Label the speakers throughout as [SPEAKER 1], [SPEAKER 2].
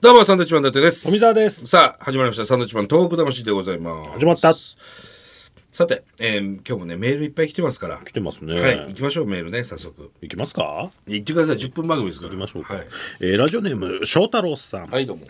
[SPEAKER 1] どうも、サンドウィッチマン伊達です。
[SPEAKER 2] 富澤です
[SPEAKER 1] さあ、始まりました。サンドウィッチマン東北魂でございます。
[SPEAKER 2] 始まった。来
[SPEAKER 1] さて、えー今日もね、メールいっぱい来てますから。
[SPEAKER 2] てますね。
[SPEAKER 1] はい、行きましょう、メールね、早速。
[SPEAKER 2] いきますか
[SPEAKER 1] 行ってください、10分番組ですから。
[SPEAKER 2] 行きましょうか、
[SPEAKER 1] はい。
[SPEAKER 2] えーラジオネーム翔太郎さん、
[SPEAKER 1] はい、どうも。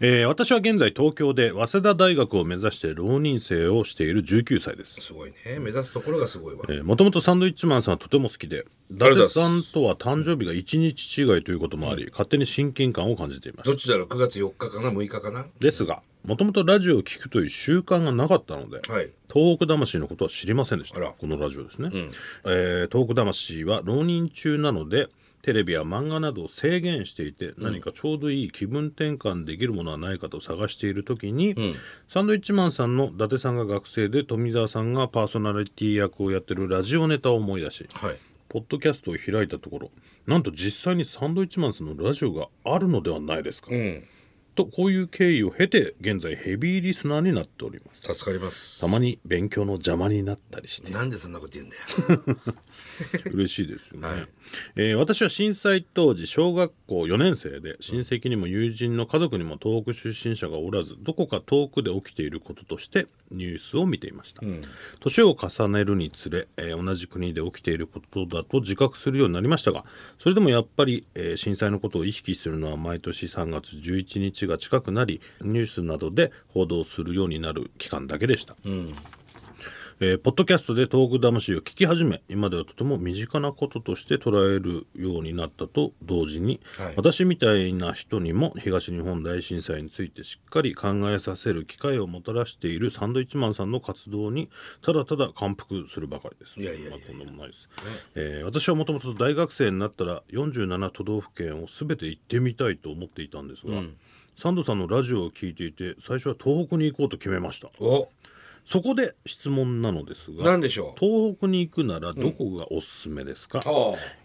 [SPEAKER 2] えー私は現在東京で早稲田大学を目指して浪人生をしている19歳です
[SPEAKER 1] すごいね。目指すところがすごいわ。
[SPEAKER 2] えーもともとサンドイッチマンさんはとても好きで伊
[SPEAKER 1] がとうございま
[SPEAKER 2] 達
[SPEAKER 1] す
[SPEAKER 2] さんとは誕生日が1日違いということもあり、勝手に親近感を感じています
[SPEAKER 1] どっちだろう、9月4日かな、6日かな。
[SPEAKER 2] ですがもともとラジオを聞くという習慣がなかったので、
[SPEAKER 1] はい。
[SPEAKER 2] 東北魂のことは知りませんでした
[SPEAKER 1] あら
[SPEAKER 2] このラジオですね、えー東北魂は浪人中なのでテレビや漫画などを制限していて、何かちょうどいい気分転換できるものはないかと探している時に、サンドイッチマンさんの伊達さんが学生で富澤さんがパーソナリティ役をやってるラジオネタを思い出し
[SPEAKER 1] はい。
[SPEAKER 2] ポッドキャストを開いたところなんと実際にサンドイッチマンさんのラジオがあるのではないですか、
[SPEAKER 1] うん。
[SPEAKER 2] とこういう経緯を経て現在ヘビーリスナーになっております
[SPEAKER 1] 助かります
[SPEAKER 2] た。まに勉強の邪魔になった りして
[SPEAKER 1] なんでそんなこと言うんだよ。
[SPEAKER 2] 嬉しいですよね、
[SPEAKER 1] はい
[SPEAKER 2] えー私は震災当時小学校4年生で親戚にも友人の家族にも東北出身者がおらずどこか遠くで起きていることとしてニュースを見ていました、年を重ねるにつれ、えー同じ国で起きていることだと自覚するようになりましたがそれでもやっぱり、えー震災のことを意識するのは毎年3月11日が近くなりニュースなどで報道するようになる期間だけでした、えーポッドキャストで東北魂を聞き始め今ではとても身近なこととして捉えるようになったと同時に、
[SPEAKER 1] はい
[SPEAKER 2] 私みたいな人にも東日本大震災についてしっかり考えさせる機会をもたらしているサンドイッチマンさんの活動にただただ感服するばかりです。
[SPEAKER 1] いやいやいや
[SPEAKER 2] まあとんでもないです、えー私はもともと大学生になったら47都道府県を全て行ってみたいと思っていたんですが、サンドさんのラジオを聞いていて最初は東北に行こうと決めました。
[SPEAKER 1] お、
[SPEAKER 2] そこで質問なのですが
[SPEAKER 1] なんでしょう。
[SPEAKER 2] 東北に行くならどこがおすすめですか、
[SPEAKER 1] ああ。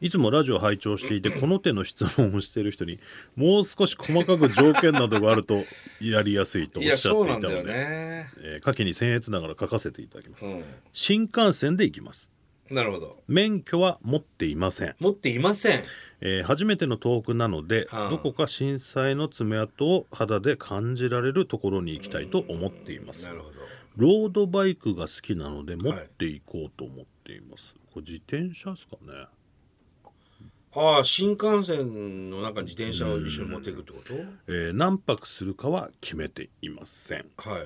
[SPEAKER 2] いつもラジオ拝聴していてこの手の質問をしている人にもう少し細かく条件などがあるとやりやすいとおっ
[SPEAKER 1] い
[SPEAKER 2] しゃ
[SPEAKER 1] や、
[SPEAKER 2] ってい
[SPEAKER 1] そうな
[SPEAKER 2] たの
[SPEAKER 1] んだ
[SPEAKER 2] で
[SPEAKER 1] よね。
[SPEAKER 2] えー下記に僭越ながら書かせていただきます
[SPEAKER 1] う
[SPEAKER 2] 新幹線で行きます
[SPEAKER 1] ん。なるほど。
[SPEAKER 2] 免許は持っていません、
[SPEAKER 1] 持っていません。
[SPEAKER 2] えー初めての東北なので
[SPEAKER 1] ああ
[SPEAKER 2] どこか震災の爪痕を肌で感じられるところに行きたいと思っています
[SPEAKER 1] なるほど。
[SPEAKER 2] ロードバイクが好きなので持っていこうと思っています、これ自転車ですかね
[SPEAKER 1] ああ、新幹線の中に自転車を一緒に持っていくってこと、
[SPEAKER 2] えー何泊するかは決めていません、
[SPEAKER 1] はい。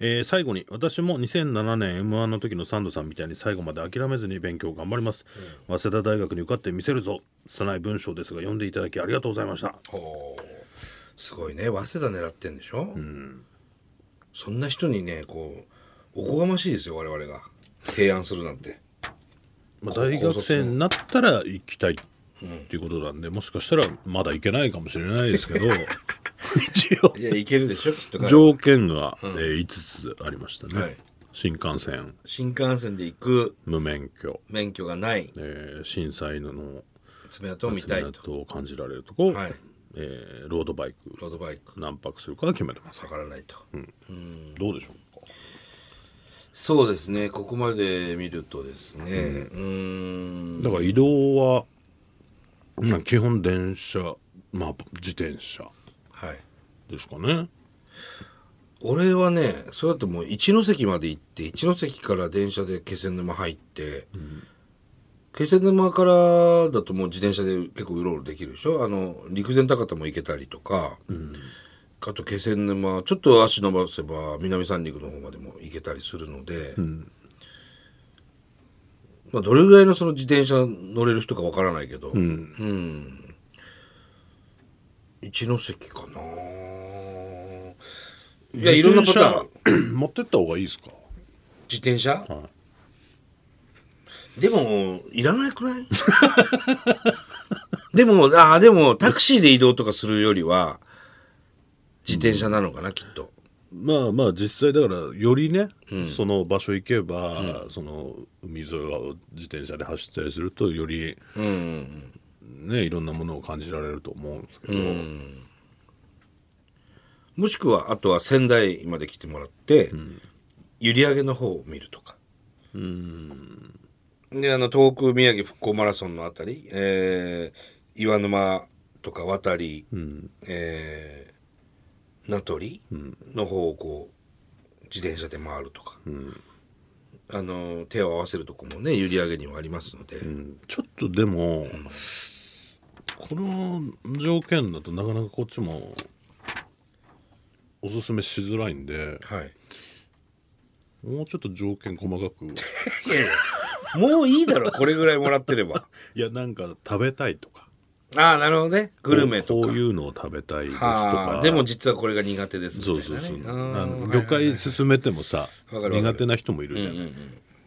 [SPEAKER 2] えー最後に私も2007年 m 1の時のサンドさんみたいに最後まで諦めずに勉強頑張ります、早稲田大学に受かってみせるぞ拙い文章ですが読んでいただきありがとうございました
[SPEAKER 1] ほう。すごいね。早稲田狙ってんでしょうん。そんな人にね、こう、おこがましいですよ、我々が。提案するなんて。
[SPEAKER 2] まあ、
[SPEAKER 1] 高
[SPEAKER 2] 大学生になったら行きたいっていうことなんで、もしかしたらまだ行けないかもしれないで すけど一応
[SPEAKER 1] いや、いけるでしょ、きっと彼は。
[SPEAKER 2] 条件が、えー5つありましたね、
[SPEAKER 1] はい
[SPEAKER 2] 新幹線
[SPEAKER 1] 新幹線で行く
[SPEAKER 2] 無免許、
[SPEAKER 1] 免許がない
[SPEAKER 2] えー震災の
[SPEAKER 1] 爪痕を見た
[SPEAKER 2] 爪
[SPEAKER 1] いと。
[SPEAKER 2] 痕を感じられるとこ、
[SPEAKER 1] はい
[SPEAKER 2] えーロードバイク
[SPEAKER 1] ロードバイク、
[SPEAKER 2] 何泊するかは決めてます、
[SPEAKER 1] 下がらないと。
[SPEAKER 2] どうでしょうか
[SPEAKER 1] そうですね、ここまで見るとですね、うーん、
[SPEAKER 2] だから移動は、まあ、基本電車まあ自転車
[SPEAKER 1] はい。
[SPEAKER 2] ですかね
[SPEAKER 1] 俺はねそうやってもう一関まで行って一関から電車で気仙沼入って、気仙沼からだともう自転車で結構うろうろできるでしょあの陸前高田も行けたりとか、あと気仙沼ちょっと足伸ばせば南三陸の方までも行けたりするので、まあ、どれぐらいのその自転車乗れる人かわからないけど、うん一関かないやいろんなパターン
[SPEAKER 2] 自転車持ってった方がいいですか
[SPEAKER 1] 自転車、でもいらないくらい でもああでもタクシーで移動とかするよりは自転車なのかな、きっと
[SPEAKER 2] まあまあ実際だからよりね、その場所行けば、その海沿いを自転車で走ったりするとより、ね、いろんなものを感じられると思うんですけど、
[SPEAKER 1] もしくはあとは仙台まで来てもらって、閖上の方を見るとかであの東北宮城復興マラソンのあたり、えー岩沼とか渡り、えー名取の方をこう自転車で回るとか、あの手を合わせるとこもね閖上にはありますので、
[SPEAKER 2] うんちょっとでも、この条件だとなかなかこっちもおすすめしづらいんで
[SPEAKER 1] はい
[SPEAKER 2] もうちょっと条件細 かく
[SPEAKER 1] いやいやもういいだろこれぐらいもらってれば
[SPEAKER 2] いやなんか食べたいとか
[SPEAKER 1] ああなるほどねグルメと
[SPEAKER 2] こう
[SPEAKER 1] か
[SPEAKER 2] こういうのを食べたいですと
[SPEAKER 1] は
[SPEAKER 2] か
[SPEAKER 1] あでも実はこれが苦手ですみた
[SPEAKER 2] そ
[SPEAKER 1] いうな、ね、
[SPEAKER 2] そうそう、
[SPEAKER 1] あ
[SPEAKER 2] あ
[SPEAKER 1] ー
[SPEAKER 2] の魚介勧めてもさ、
[SPEAKER 1] わかるわかる
[SPEAKER 2] 苦手な人もいるじゃん、
[SPEAKER 1] うんうん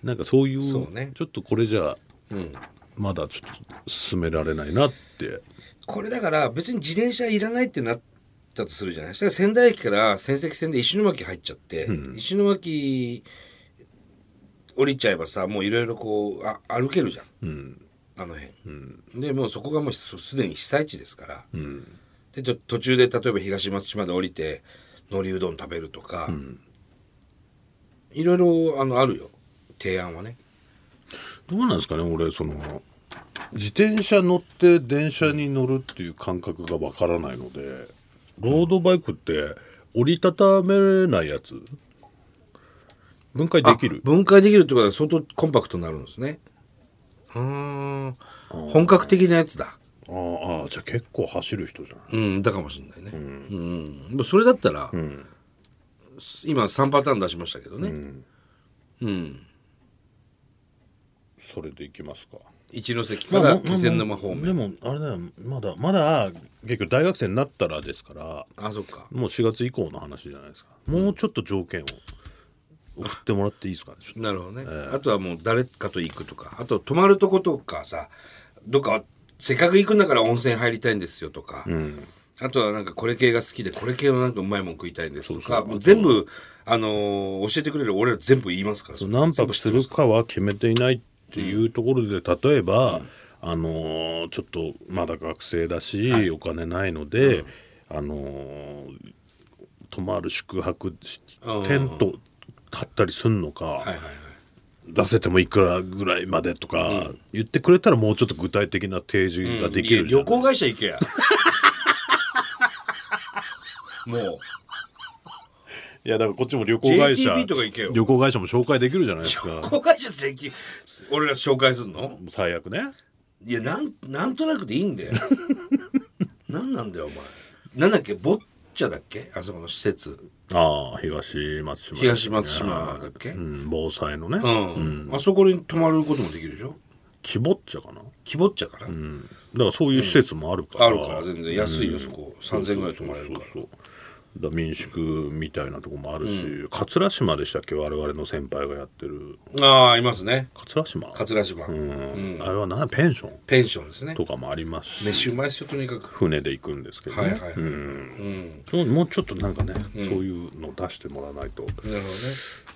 [SPEAKER 2] なんかそういう
[SPEAKER 1] そうね
[SPEAKER 2] ちょっとこれじゃ
[SPEAKER 1] うん
[SPEAKER 2] まだちょっと進められないなって
[SPEAKER 1] これだから別に自転車いらないってなったとするじゃないしたら仙台駅から仙石線で石巻入っちゃって、石巻降りちゃえばさもういろいろこうあ歩けるじゃん、あの辺、でもうそこがもうすすでに被災地ですから、でと途中で例えば東松島で降りて海苔うどん食べるとか、いろいろあのあるよ提案はね
[SPEAKER 2] どうなんですかね俺その自転車乗って電車に乗るっていう感覚がわからないのでロードバイクって折りたためないやつ分解できる
[SPEAKER 1] 分解できるってことは相当コンパクトになるんですねうーん本格的なやつだ
[SPEAKER 2] ああああじゃあ結構走る人じゃない
[SPEAKER 1] うんだかもしれないねうん、でもそれだったら、今3パターン出しましたけどねうん、
[SPEAKER 2] それで行きますか
[SPEAKER 1] 一ノ関から気仙沼方面
[SPEAKER 2] でもあれだよまだまだ結局大学生になったらですから
[SPEAKER 1] あそっか
[SPEAKER 2] もう4月以降の話じゃないですかもうちょっと条件を送ってもらっていいですかねちょっと
[SPEAKER 1] なるほどね、あとはもう誰かと行くとかあと泊まるとことかさどっかせっかく行くんだから温泉入りたいんですよとか、あとはなんかこれ系が好きでこれ系のなんかうまいもん食いたいんですとかもう全部あのー教えてくれる俺ら全部言いますから
[SPEAKER 2] 何泊するかは決めていないっていうところで、例えば、あのーちょっとまだ学生だし、お金ないので、あのー泊まる宿泊し
[SPEAKER 1] うん
[SPEAKER 2] テント買ったりすんのか、
[SPEAKER 1] はいはいはい
[SPEAKER 2] 出せてもいくらぐらいまでとか、言ってくれたらもうちょっと具体的な提示ができるじゃ
[SPEAKER 1] 旅
[SPEAKER 2] ん、
[SPEAKER 1] 行会社行け やもう
[SPEAKER 2] いやだからこっちも旅行会社
[SPEAKER 1] JTB とか行けよ
[SPEAKER 2] 旅行会社も紹介できるじゃないです
[SPEAKER 1] 旅
[SPEAKER 2] か
[SPEAKER 1] 行会社請求俺ら紹介するの
[SPEAKER 2] 最悪ね
[SPEAKER 1] いやなんなんとなくでいいんだよ なんなんだよお前なんだっけボッチャだっけあそこの施設
[SPEAKER 2] ああ東松島、
[SPEAKER 1] 東松島だっけ
[SPEAKER 2] うん、防災のね、
[SPEAKER 1] うん、あそこに泊まることもできるでしょ
[SPEAKER 2] キボッチャかな、
[SPEAKER 1] キボッチャかな、
[SPEAKER 2] うん、だからそういう施設もあるから、
[SPEAKER 1] あるから全然安いよ、そこ3000円ぐらい泊まれるから
[SPEAKER 2] そうそうだから民宿みたいなとこもあるし、桂島でしたっけ我々の先輩がやってる
[SPEAKER 1] ああいますね
[SPEAKER 2] 桂島
[SPEAKER 1] 桂島、
[SPEAKER 2] うんあれはなペンション
[SPEAKER 1] ペンションですね
[SPEAKER 2] とかもありますし、
[SPEAKER 1] 飯うまいっすよとにかく
[SPEAKER 2] 船で行くんですけどね、
[SPEAKER 1] はいはいはい、
[SPEAKER 2] そうもうちょっとなんかね、そういうの出してもらわないと
[SPEAKER 1] なるほどね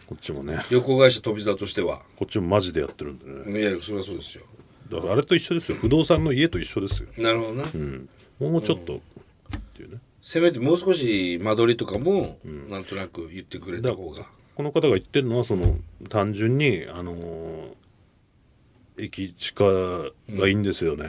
[SPEAKER 2] こっちもね
[SPEAKER 1] 旅行会社飛び座としては
[SPEAKER 2] こっちもマジでやってるんでね
[SPEAKER 1] いやそれはそうですよ
[SPEAKER 2] だからあれと一緒ですよ不動産の家と一緒ですよ、
[SPEAKER 1] なるほどな、
[SPEAKER 2] うん、もうちょっと、っていうね
[SPEAKER 1] せめてもう少し間取りとかもなんとなく言ってくれた方が、
[SPEAKER 2] この方が言ってるのはその単純にあのー駅近がいいんですよね、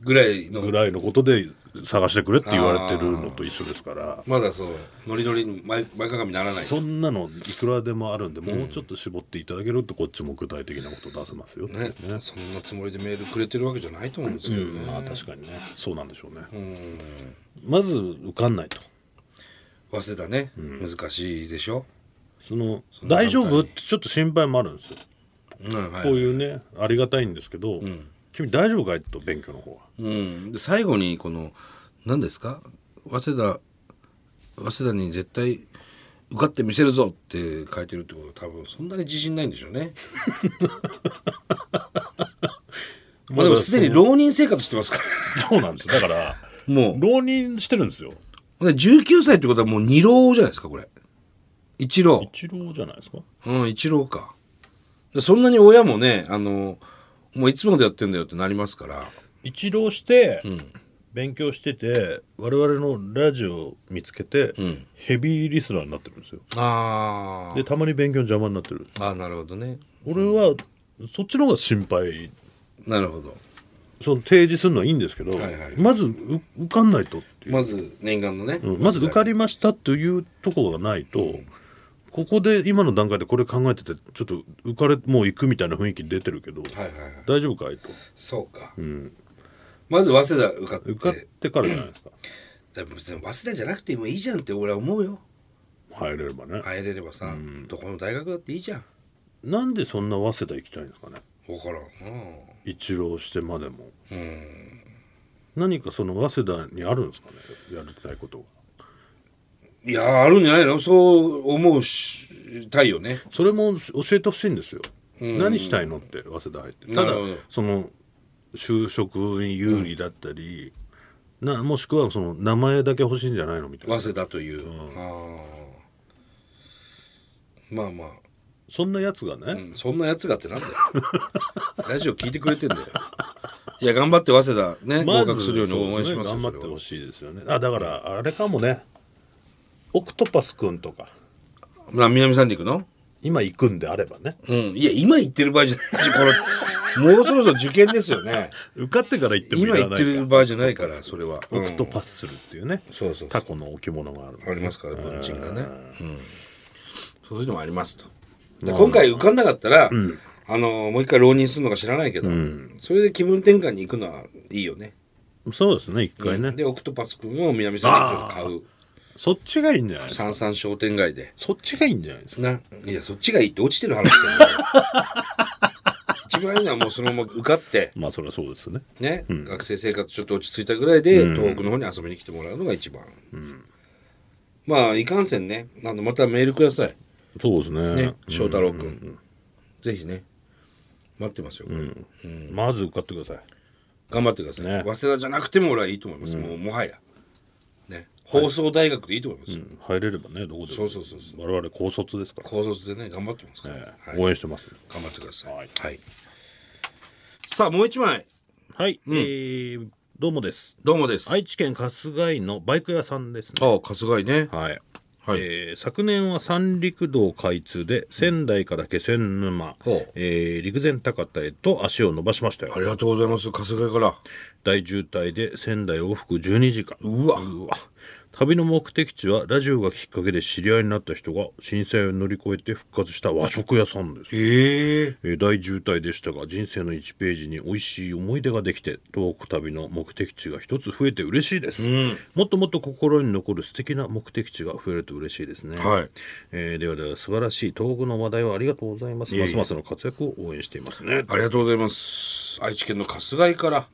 [SPEAKER 1] ぐらいの
[SPEAKER 2] ぐらいのことで探してくれって言われてるのと一緒ですから
[SPEAKER 1] まだそうノリノリに前前かがみならない
[SPEAKER 2] そんなのいくらでもあるんでもうちょっと絞っていただけるとこっちも具体的なこと出せますよっていう
[SPEAKER 1] ねそんなつもりでメールくれてるわけじゃないと思うんですよね、
[SPEAKER 2] うんまあ確かにねそうなんでしょうね、まず受かんないと
[SPEAKER 1] 早稲田ね、難しいでしょ、
[SPEAKER 2] その
[SPEAKER 1] んな
[SPEAKER 2] 大丈夫
[SPEAKER 1] 簡単
[SPEAKER 2] っ
[SPEAKER 1] に
[SPEAKER 2] てちょっと心配もあるんですよ
[SPEAKER 1] うんはい
[SPEAKER 2] こういうねありがたいんですけど、君大丈夫かいと勉強の方は
[SPEAKER 1] うん、で最後にこの何ですか早稲田早稲田に絶対受かってみせるぞって書いてるってことは多分そんなに自信ないんでしょうね。まあでもすでに浪人生活してますから
[SPEAKER 2] そうなんですよだから
[SPEAKER 1] もう
[SPEAKER 2] 浪人してるんですよ
[SPEAKER 1] で19歳ってことはもう二浪じゃないですかこれ一浪
[SPEAKER 2] 一郎じゃないですか
[SPEAKER 1] うん一浪かでそんなに親もねあのもういつまでやってんだよってなりますから
[SPEAKER 2] 一浪して、勉強してて我々のラジオを見つけて、ヘビーリスナーになってるんですよ
[SPEAKER 1] あー
[SPEAKER 2] でたまに勉強の邪魔になってる
[SPEAKER 1] あーなるほどね
[SPEAKER 2] 俺はそっちの方が心配
[SPEAKER 1] なるほど
[SPEAKER 2] その提示するのはいいんですけど、
[SPEAKER 1] はいはい
[SPEAKER 2] まずう受かんないとっていう
[SPEAKER 1] まず念願のね、
[SPEAKER 2] うんまず受かりましたというところがないと、ここで今の段階でこれ考えててちょっと受かれもう行くみたいな雰囲気出てるけど、
[SPEAKER 1] はいはいはい
[SPEAKER 2] 大丈夫かいと
[SPEAKER 1] そうか、まず早稲田受かって
[SPEAKER 2] 受かってからじゃないですか、
[SPEAKER 1] でも別に早稲田じゃなくてもいいじゃんって俺は思うよ
[SPEAKER 2] 入れればね、
[SPEAKER 1] 入れればさ、どこの大学だっていいじゃん
[SPEAKER 2] なんでそんな早稲田行きたいんですかね
[SPEAKER 1] 分からん
[SPEAKER 2] 一浪してまでも、何かその早稲田にあるんですかねやりたいことが
[SPEAKER 1] ないやあるんじゃないのそう思うしたいよね
[SPEAKER 2] それも教えてほしいんですよ、何したいのって早稲田入ってた
[SPEAKER 1] な
[SPEAKER 2] だ
[SPEAKER 1] るほど
[SPEAKER 2] その就職に有利だったり、なもしくはその名前だけ欲しいんじゃないのみたいな
[SPEAKER 1] 早稲田という、あーまあまあ、
[SPEAKER 2] そんなやつがね、
[SPEAKER 1] うんそんなやつがってなん だよラジオ聞いてくれてんだよいや頑張って早稲田ね、
[SPEAKER 2] ま
[SPEAKER 1] 合
[SPEAKER 2] ず
[SPEAKER 1] 格するように応援しますよ
[SPEAKER 2] そうですね頑張っ
[SPEAKER 1] そ
[SPEAKER 2] て
[SPEAKER 1] れは
[SPEAKER 2] ほしいですよねあだからあれかもねオクトパスくんとか
[SPEAKER 1] な南三陸の
[SPEAKER 2] 今行くんであればね
[SPEAKER 1] うんいや今言ってる場合じゃないしこれもうそろそろ受験ですよ ね
[SPEAKER 2] 受かってから行ってもいら
[SPEAKER 1] 今
[SPEAKER 2] な
[SPEAKER 1] 言
[SPEAKER 2] いか
[SPEAKER 1] ってる場合じゃないからそれは、う
[SPEAKER 2] オク
[SPEAKER 1] ん
[SPEAKER 2] トパスするっていうね、
[SPEAKER 1] そうそう
[SPEAKER 2] タコの置物がある
[SPEAKER 1] ありますから文鎮がね、うんそういうのもありますとで今回受かんなかったら、あのもう一回浪人するのか知らないけど、それで気分転換に行くのはいいよね
[SPEAKER 2] そうですね一回ね、
[SPEAKER 1] でオクトパス君を南三陸で買う
[SPEAKER 2] そっちがいいんじゃないですか
[SPEAKER 1] 三三商店街で
[SPEAKER 2] そっちがいいんじゃないですか
[SPEAKER 1] ないやそっちがいいって落ちてる話だよ一番いいのはもうそのまま受かって
[SPEAKER 2] まあそれはそうですね
[SPEAKER 1] ね、学生生活ちょっと落ち着いたぐらいで、東北の方に遊びに来てもらうのが一番、まあいかんせんねあのまたメールください
[SPEAKER 2] そうですね
[SPEAKER 1] ね、翔太郎君、ぜひね待ってますよ、これ
[SPEAKER 2] うんまず受かってください
[SPEAKER 1] 頑張ってください、
[SPEAKER 2] ね
[SPEAKER 1] 早稲田じゃなくても俺はいいと思います、もうもはや、ね、放送大学でいいと思いますよ、
[SPEAKER 2] 入れればねどこでも
[SPEAKER 1] そうそうそうそ
[SPEAKER 2] 我々高卒ですから、
[SPEAKER 1] 高卒でね頑張ってますから、
[SPEAKER 2] ええ
[SPEAKER 1] はい、
[SPEAKER 2] 応援してます
[SPEAKER 1] 頑張ってください、は
[SPEAKER 2] はいい
[SPEAKER 1] さあもう一枚
[SPEAKER 2] はい、えーどうもです
[SPEAKER 1] どうもです、
[SPEAKER 2] 愛知県春日井のバイク屋さんですね
[SPEAKER 1] ああ春日井ね
[SPEAKER 2] はい、
[SPEAKER 1] はい
[SPEAKER 2] えー昨年は三陸道開通で仙台から気仙沼、
[SPEAKER 1] ほう
[SPEAKER 2] えー陸前高田へと足を伸ばしましたよ
[SPEAKER 1] ありがとうございます春日井から
[SPEAKER 2] 大渋滞で仙台往復12時間
[SPEAKER 1] うわ
[SPEAKER 2] うわ旅の目的地はラジオがきっかけで知り合いになった人が震災を乗り越えて復活した和食屋さんです
[SPEAKER 1] ええ
[SPEAKER 2] えー大渋滞でしたが人生の1ページに美味しい思い出ができて東北旅の目的地が一つ増えて嬉しいです、もっともっと心に残る素敵な目的地が増えると嬉しいですね、
[SPEAKER 1] はい
[SPEAKER 2] えーではでは素晴らしい東北の話題をありがとうございます
[SPEAKER 1] えいえ
[SPEAKER 2] ますますの活躍を応援していますね
[SPEAKER 1] ありがとうございます愛知県の春日井から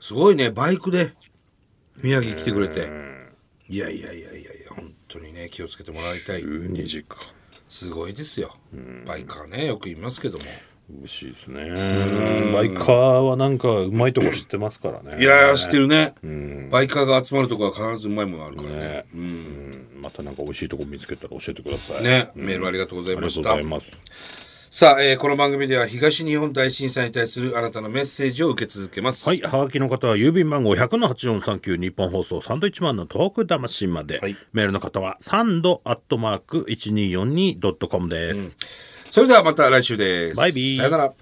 [SPEAKER 1] すごいねバイクで宮城来てくれていやいやいやいやいや本当にね気をつけてもらいたい
[SPEAKER 2] 12時間
[SPEAKER 1] すごいですよバイカーねよく言いますけども
[SPEAKER 2] 嬉しいですねバイカーはなんかうまいとこ知ってますからね
[SPEAKER 1] いやいや知ってるねバイカーが集まるとこは必ずうまいものあるからね
[SPEAKER 2] ねうんまたなんか美味しいとこ見つけたら教えてください
[SPEAKER 1] ねメールありがとうござい
[SPEAKER 2] あり
[SPEAKER 1] ま
[SPEAKER 2] がと
[SPEAKER 1] し
[SPEAKER 2] うご
[SPEAKER 1] た
[SPEAKER 2] ざいます
[SPEAKER 1] さあ、えーこの番組では東日本大震災に対するあなたのメッセージを受け続けます
[SPEAKER 2] はい、はがきの方は郵便番号100の8439日本放送サンドイッチマンのトーク魂まで、
[SPEAKER 1] はい
[SPEAKER 2] メールの方はサンドアットマーク 1242.com です、
[SPEAKER 1] それではまた来週です
[SPEAKER 2] バイビー
[SPEAKER 1] さよなら